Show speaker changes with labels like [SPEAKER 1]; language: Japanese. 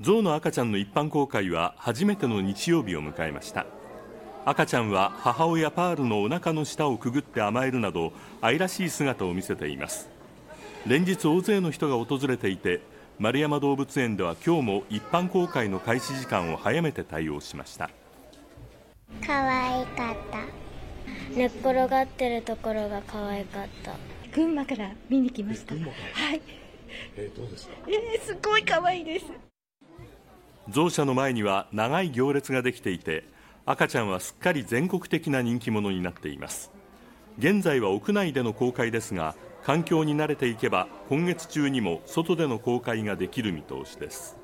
[SPEAKER 1] 象の赤ちゃんの一般公開は初めての日曜日を迎えました赤ちゃんは母親パールのお腹の下をくぐって甘えるなど愛らしい姿を見せています連日大勢の人が訪れていて丸山動物園では今日も一般公開の開始時間を早めて対応しました
[SPEAKER 2] 可愛かった寝っ転がってるところが可愛かった
[SPEAKER 3] 群馬から見に来ました。はい。
[SPEAKER 4] えーどうですか
[SPEAKER 3] えー、すごい可愛いです。
[SPEAKER 1] ゾウ舎の前には長い行列ができていて赤ちゃんはすっかり全国的な人気者になっています現在は屋内での公開ですが環境に慣れていけば今月中にも外での公開ができる見通しです